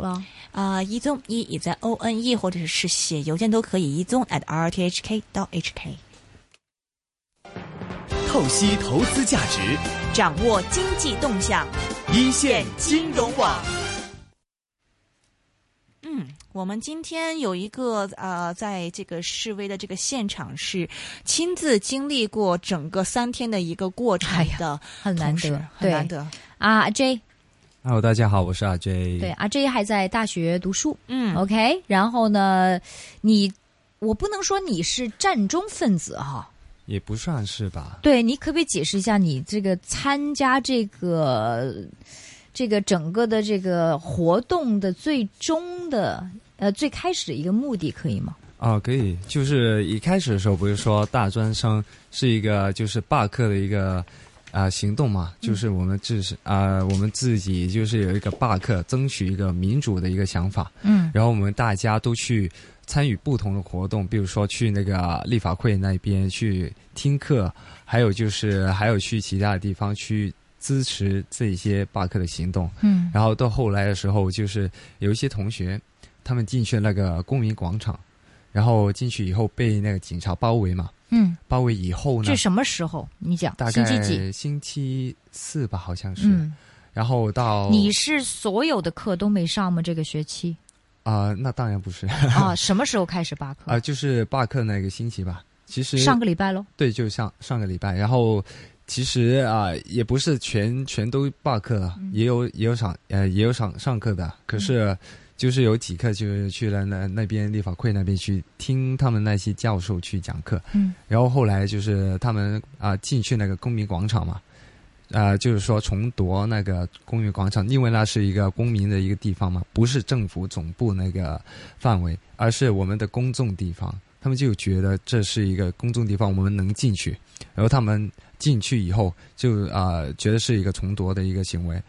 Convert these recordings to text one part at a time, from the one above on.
了？啊、一宗一也在 O N E 或者是是写邮件都可以，一宗 at r t h k 到 h k，透析投资价值，掌握经济动向，一线金融网。嗯，我们今天有一个呃，在这个示威的这个现场是亲自经历过整个三天的一个过程的哎很难同事，得，很对难得。啊，阿 J， Hello，大家好，我是阿 J。对，啊阿 J 还在大学读书嗯， ，OK。然后呢，你我不能说你是战中分子哈，也不算是吧。对你可不可以解释一下你这个参加这个这个整个的这个活动的最终的呃最开始的一个目的可以吗？啊，可以，就是一开始的时候不是说大专生是一个就是罢课的一个啊、呃行动嘛，就是我们自身啊、我们自己就是有一个罢课，争取一个民主的一个想法，嗯然后我们大家都去参与不同的活动，比如说去那个立法会那边去听课，还有就是还有去其他的地方去支持这些罢课的行动。嗯然后到后来的时候，就是有一些同学，他们进去那个公民广场，然后进去以后被那个警察包围嘛，嗯，包围以后呢这，什么时候？你讲大星期几？概星期四吧，好像是。嗯，然后到你是所有的课都没上吗？这个学 期啊、那当然不是啊、啊？什么时候开始罢课？就是罢课那个星期吧。其实上个礼拜喽。对，就上上个礼拜，然后其实啊、也不是全全都罢课了，也有也有上呃也有上上课的，可是就是有几课就是去了那那边立法会那边去听他们那些教授去讲课，嗯，然后后来就是他们啊、进去那个公民广场嘛。啊、就是说重夺那个公民广场，因为那是一个公民的一个地方嘛，不是政府总部那个范围，而是我们的公众地方。他们就觉得这是一个公众地方，我们能进去。然后他们进去以后就，啊觉得是一个重夺的一个行为。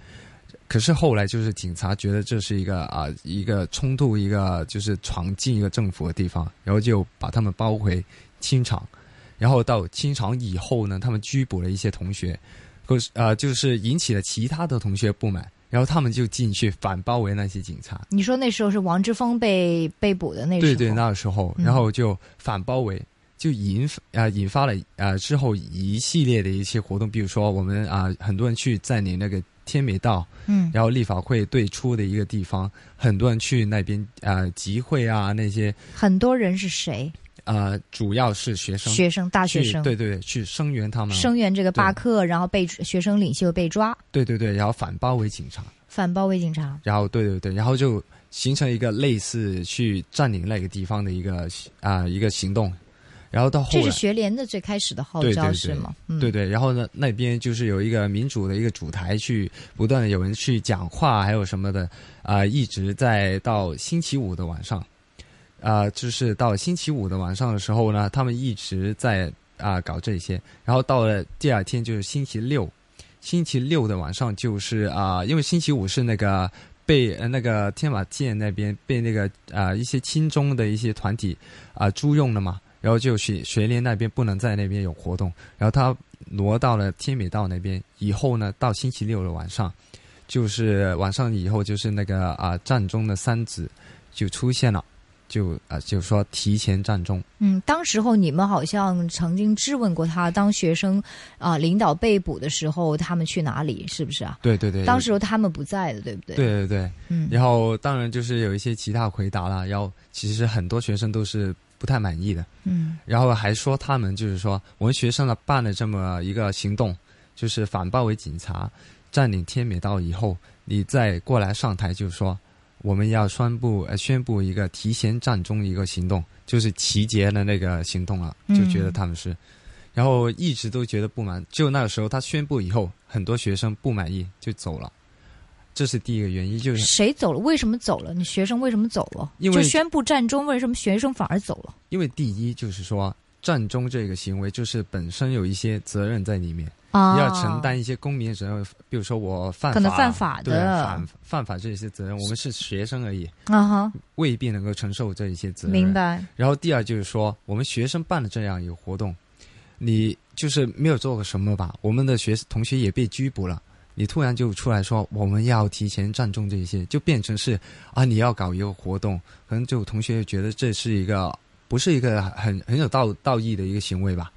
可是后来就是警察觉得这是一个啊、一个冲突，一个就是闯进一个政府的地方，然后就把他们包回清场。然后到清场以后呢，他们拘捕了一些同学，可是啊就是引起了其他的同学不满，然后他们就进去反包围那些警察。你说那时候是王志峰被被捕的那时候，对对，那时候，嗯然后就呃反包围，就引啊、引发了啊、之后一系列的一些活动，比如说我们啊、很多人去占领那个天美道，嗯然后立法会对出的一个地方，很多人去那边啊、集会啊那些很多人是谁？啊、主要是学生学生，大学去生，对对对，去声援他们，声援这个罢课，然后被学生领袖被抓，对对对，然后反包围警察，反包围警察。然后对对对，然后就形成一个类似去占领那个地方的一个啊、一个行动。然后到后这来，是学联的最开始的号对对召对是吗？嗯，对对，然后呢，那边就是有一个民主的一个主台，去不断的有人去讲话，还有什么的，啊、一直在到星期五的晚上，啊、就是到星期五的晚上的时候呢，他们一直在啊、搞这些，然后到了第二天就是星期六，星期六的晚上就是啊、因为星期五是那个。被呃那个天马舰那边被那个啊、一些亲中的一些团体啊、租用了嘛，然后就学学联那边不能在那边有活动，然后他挪到了天美道那边以后呢，到星期六的晚上，就是晚上以后就是那个啊、战中的三子就出现了，就啊、就说提前战中，嗯，当时候你们好像曾经质问过他，当学生啊、领导被捕的时候，他们去哪里？是不是啊？对对对，当时候他们不在的，对不对？对，对对，嗯，然后当然就是有一些其他回答啦，然后其实很多学生都是不太满意的，嗯然后还说他们就是说我们学生呢办了这么一个行动，就是反暴为警察占领天美道以后，你再过来上台就说我们要宣布呃宣布一个提前战中一个行动，就是集结的那个行动了，就觉得他们是，然后一直都觉得不满，就那个时候他宣布以后，很多学生不满意就走了，这是第一个原因，就是谁走了？为什么走了？你学生为什么走了？因为就宣布战中，为什么学生反而走了？因为第一就是说战中这个行为就是本身有一些责任在里面。啊，你要承担一些公民的责任，比如说我犯法，可能犯法对的犯犯法这些责任，我们是学生而已，啊哈，未必能够承受这一些责任。明。白。然后第二就是说，我们学生办的这样一个活动，你就是没有做过什么吧？我们的学同学也被拘捕了，你突然就出来说我们要提前占中这些，就变成是啊，你要搞一个活动，可能就同学觉得这是一个不是一个很很有道道义的一个行为吧，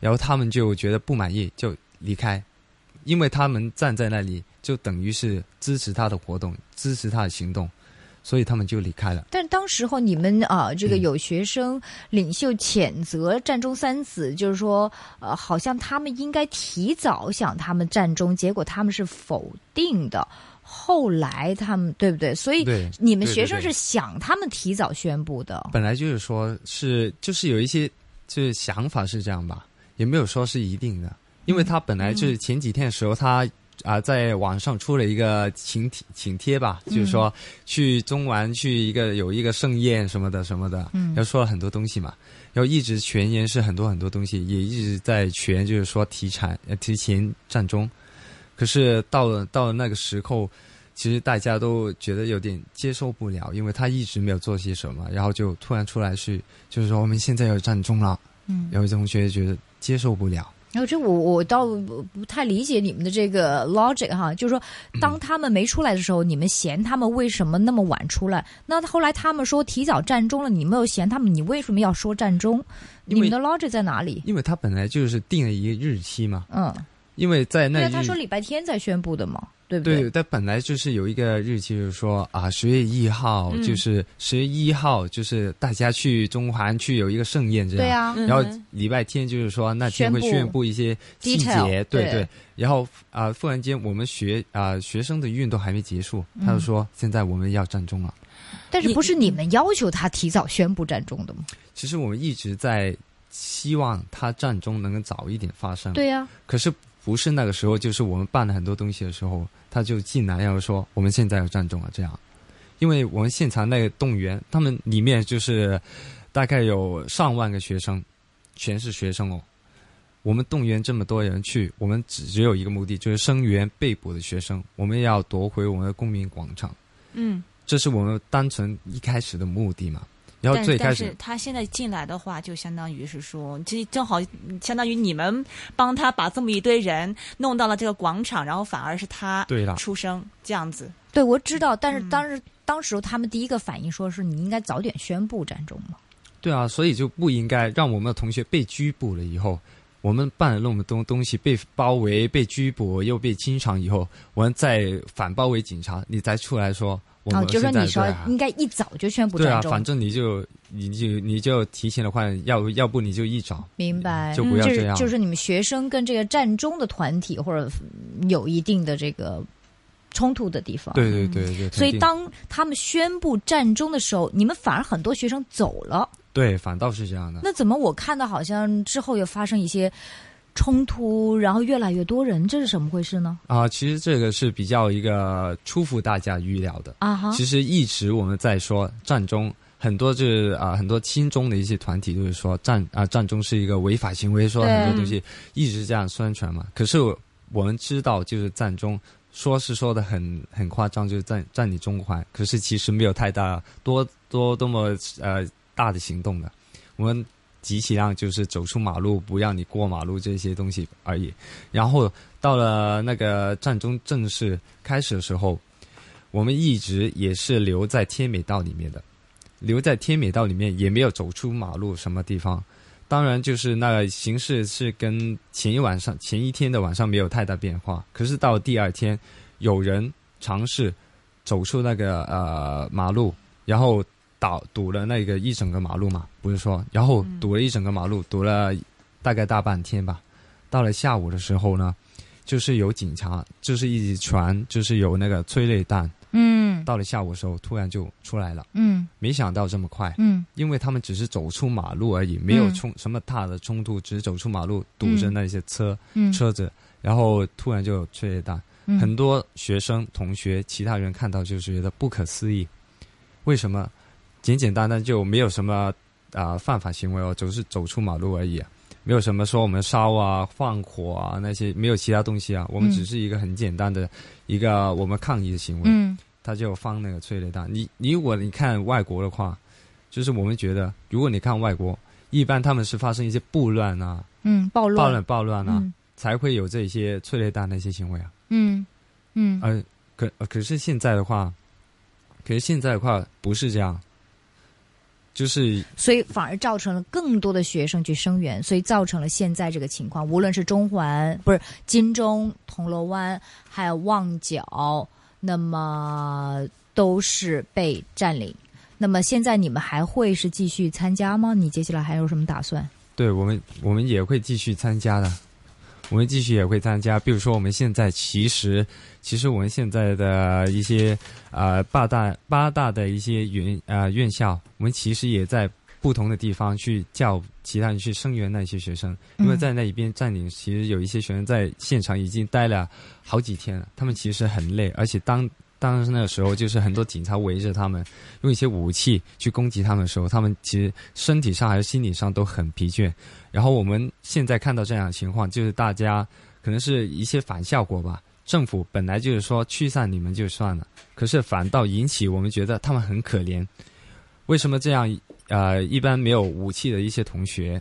然后他们就觉得不满意就离开，因为他们站在那里就等于是支持他的活动，支持他的行动，所以他们就离开了。但当时候你们啊，这个嗯有学生领袖谴责战中三子，就是说，呃，好像他们应该提早想他们战中，结果他们是否定的。后来他们对不对？所以对你们对对学生对是想他们提早宣布的。本来就是说是就是有一些就是想法是这样吧，也没有说是一定的，因为他本来就是前几天的时候他。啊、在网上出了一个请帖请帖吧，就是说去中环去一个有一个盛宴什么的什么的，嗯，然后说了很多东西嘛，然后一直传言是很多很多东西，也一直在传，就是说提产呃提前战中，可是到了到了那个时候，其实大家都觉得有点接受不了，因为他一直没有做些什么，然后就突然出来是，就是说我们现在有战中了，嗯，有一些同学觉得接受不了，然后哎这我我倒不不太理解你们的这个 logic 哈，就是说，嗯当他们没出来的时候，你们嫌他们为什么那么晚出来？那后来他们说提早战中了，你们又嫌他们，你为什么要说战中？因你为们的 logic 在哪里？因为他本来就是定了一个日期嘛，嗯，因为在对那啊，日他说礼拜天才宣布的嘛，对不对，但本来就是有一个日期，就是说啊，十月一号，嗯就是十月一号，就是大家去中环去有一个盛宴这样，对啊，嗯然后哼礼拜天就是说那天会宣布宣布一些细节 Detail，对对对。然后啊、呃忽然间我们学啊、呃学生的运动还没结束，嗯他就说、现在我们要占中了。但是你不是你们要求他提早宣布战中的吗？其实我们一直在希望他占中能够早一点发生，对啊呀、可是不是那个时候，就是我们办了很多东西的时候，他就进来要说我们现在要占中了这样，因为我们现场那个动员，他们里面就是大概有上万个学生，全是学生哦。我们动员这么多人去，我们只只有一个目的，就是声援被捕的学生，我们要夺回我们的公民广场，嗯，这是我们单纯一开始的目的嘛。然后但最开但始是他现在进来的话，就相当于是说，这正好嗯相当于你们帮他把这么一堆人弄到了这个广场，然后反而是他对了出声这样子。对我知道，但是当时、当时他们第一个反应说是你应该早点宣布战中嘛。对啊，所以就不应该让我们的同学被拘捕了以后，我们办了那么多东西，被包围、被拘捕又被清场以后，我们再反包围警察，你再出来说我哦，们就说现在对你说啊应该一早就宣布对啊，战中，反正你就你就你就提前的话，要要不你就一早明白？嗯就不要就这是样，就是你们学生跟这个战中的团体或者嗯有一定的这个冲突的地方。对对对对，啊所肯以定当他们宣布战中的时候，你们反而很多学生走了。对反倒是这样的，那怎么我看到好像之后又发生一些冲突，然后越来越多人，这是什么回事呢？啊、其实这个是比较一个出乎大家预料的。啊哈，其实一直我们在说战中，很多就是啊、很多亲中的一些团体就是说战啊、战中是一个违法行为，说对很多东西一直这样宣传嘛。可是我们知道，就是战中说是说的很很夸张，就是占占领中环，可是其实没有太大多多多么呃大的行动的，我们。极其量就是走出马路，不让你过马路这些东西而已。然后到了那个战中正式开始的时候，我们一直也是留在天美道里面的，留在天美道里面也没有走出马路什么地方。当然，就是那个形势是跟前一晚上、前一天的晚上没有太大变化。可是到第二天，有人尝试走出那个呃马路，然后倒堵了那个一整个马路嘛，不是说，然后堵了一整个马路，堵了大概大半天吧。到了下午的时候呢，就是有警察，就是一直传，就是有那个催泪弹，嗯到了下午的时候突然就出来了，嗯没想到这么快，嗯因为他们只是走出马路而已，没有冲什么大的冲突，只是走出马路堵着那些车、嗯，车子，然后突然就有催泪弹，嗯很多学生、同学、其他人看到就觉得不可思议，为什么简简单单就没有什么啊、犯法行为哦，只是走出马路而已、啊。没有什么说我们烧啊、放火啊那些，没有其他东西啊。我们嗯只是一个很简单的一个我们抗议的行为。嗯他就放那个催泪弹。你你如果你看外国的话，就是我们觉得，如果你看外国，一般他们是发生一些暴乱啊、嗯暴暴乱乱暴乱啊，嗯才会有这些催泪弹的一些行为啊。嗯嗯呃，可呃可是现在的话，可是现在的话不是这样，就是所以反而造成了更多的学生去声援，所以造成了现在这个情况。无论是中环，不是金钟、铜锣湾，还有旺角，那么都是被占领。那么现在你们还会是继续参加吗？你接下来还有什么打算？对我们我们也会继续参加的，我们继续也会参加。比如说我们现在其实其实我们现在的一些呃八大八大的一些院呃院校，我们其实也在不同的地方去叫其他人去声援那些学生，因为嗯在那一边占领，其实有一些学生在现场已经待了好几天了，他们其实很累，而且当。当时那个时候，就是很多警察围着他们，用一些武器去攻击他们的时候，他们其实身体上还是心理上都很疲倦。然后我们现在看到这样的情况，就是大家可能是一些反效果吧。政府本来就是说驱散你们就算了，可是反倒引起我们觉得他们很可怜。为什么这样？呃，一般没有武器的一些同学，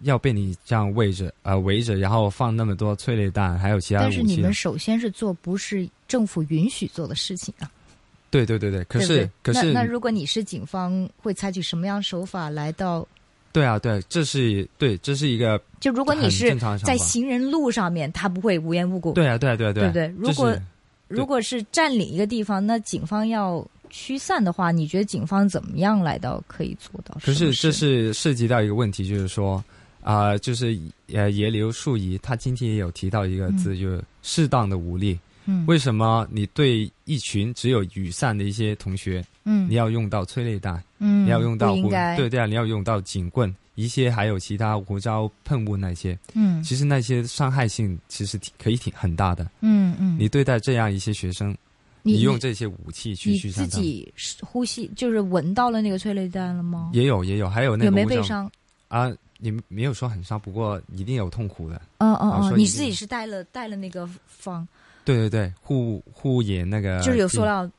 要被你这样围着呃围着，然后放那么多催泪弹，还有其他武但器是呢。你们首先是做不是政府允许做的事情啊。对对对对，可是对不对可是那那如果你是警方，会采取什么样手法来到？对啊对，这是对这是一个就如果你很是正常的想在法行人路上面，他不会无缘无故。对啊对啊对啊对啊不对如这果是如果是占领一个地方，那警方要驱散的话，你觉得警方怎么样来到可以做到？可是是不这是涉及到一个问题，就是说，啊、就是呃，野柳树仪他今天也有提到一个字，就是适当的武力。嗯为什么你对一群只有雨伞的一些同学，嗯你要用到催泪弹，嗯你要用到不应胡该对对啊，你要用到警棍，一些还有其他胡椒喷雾那些，嗯其实那些伤害性其实挺可以挺很大的。嗯嗯你对待这样一些学生，你你用这些武器去你去自伤他们，己是呼吸就是闻到了那个催泪弹了吗？也有也有，还有那个有没胡被椒伤？啊？你没有说很伤，不过一定有痛苦的。嗯嗯啊嗯，说你一自定己是带了带了那个方，对对对，护护眼那个就是有塑说料，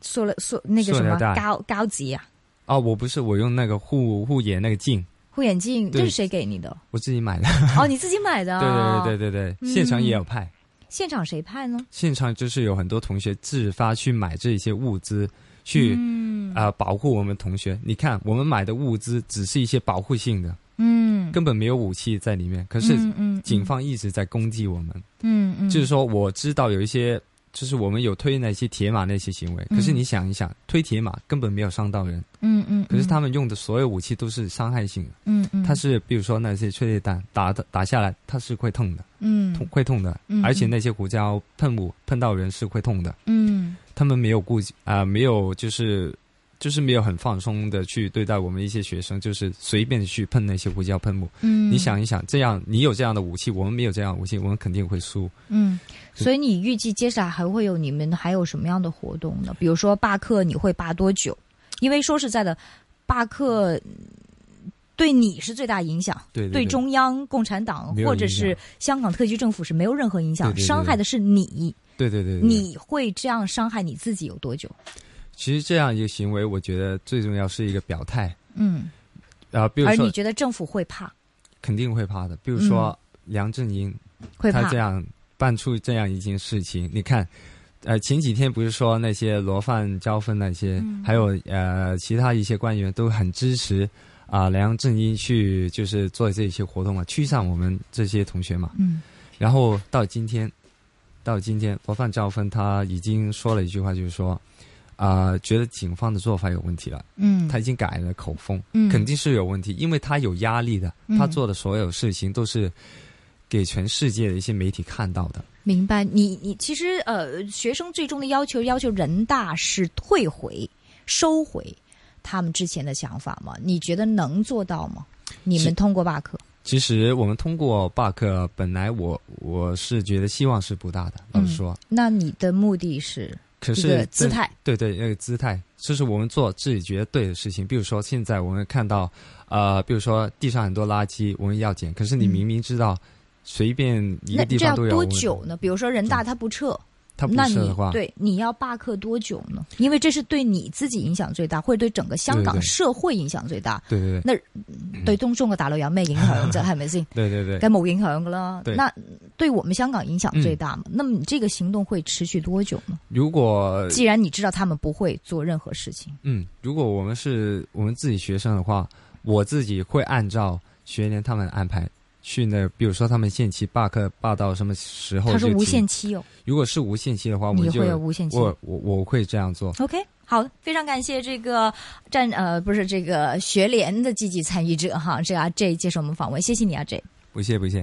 塑料塑那个呃塑什料么袋高高级啊，哦，我不是我用那个护护眼那个镜，护眼镜，这对是谁给你的？我自己买的。哦，你自己买的、对啊？对对，对对对嗯对，现场也有派，现场谁派呢？现场就是有很多同学自发去买这些物资，去嗯啊、保护我们同学。你看，我们买的物资只是一些保护性的，嗯，根本没有武器在里面。可是嗯嗯警方一直在攻击我们，嗯嗯，就是说我知道有一些。就是我们有推那些铁马那些行为，可是嗯你想一想，推铁马根本没有伤到人，嗯嗯，可是他们用的所有武器都是伤害性的，嗯嗯，它是比如说那些催泪弹打的打下来，它是会痛的，嗯痛会痛的嗯，而且嗯那些胡椒喷雾喷到人是会痛的。嗯他们没有顾及啊、没有就是就是没有很放松的去对待我们一些学生，就是随便去喷那些胡椒喷雾。嗯，你想一想，这样你有这样的武器，我们没有这样的武器，我们肯定会输。嗯，所以你预计接下来还会有你们还有什么样的活动呢？比如说罢课，你会罢多久？因为说实在的，罢课嗯对你是最大影响，对对对中央共产党没有或者影响是香港特区政府是没有任何影响，对对对伤害的是你。对对对对，你会这样伤害你自己有多久？其实这样一个行为，我觉得最重要是一个表态嗯，啊、比如而你说觉嗯得政府会怕？肯定会怕的，比如说梁振英。会怕他这样办出这样一件事情，你看，呃，前几天不是说那些罗范交锋那些，嗯还有呃其他一些官员都很支持啊、梁振英去就是做这些活动嘛，驱散我们这些同学嘛。嗯然后到今天，到今天，罗范交锋他已经说了一句话，就是说，啊、觉得警方的做法有问题了，嗯，他已经改了口风。嗯肯定是有问题，因为他有压力的，嗯他做的所有事情都是给全世界的一些媒体看到的。明白，你你其实呃，学生最终的要求要求人大是退回、收回他们之前的想法吗？你觉得能做到吗？你们是通过罢课，其实我们通过罢课，本来我我是觉得希望是不大的，老实说。那你的目的是嗯可一个是姿真，态，对对，那个姿态，就是我们做自己觉得对的事情。比如说，现在我们看到，呃，比如说地上很多垃圾，我们要捡，可是你嗯明明知道，随便一那个地这方要都有。多久呢？比如说人大他不撤，他不那是你的话，对你要罢课多久呢？因为这是对你自己影响最大，或者对整个香港对对对嗯社會影響最大。对对對中中國大陸有咩影 響啫？係咪先？对对嗯对对，梗冇影響噶啦。對那對我們香港影響最大嘛？那麼你這個行動會持續多久呢？如果既然你知道他們不会做任何事情，嗯，如果我们是我们自己学生的话，我自己会按照学年他们的安排去那，比如说他们限期罢课罢到什么时候他就说无停限期哦，如果是无限期啊的话，我你们就会有无限期。我我我会这样做。 OK，好，非常感谢这个战呃不是这个学联的积极参与者哈，这个阿 J 接受我们访问，谢谢你阿 J。不谢不谢。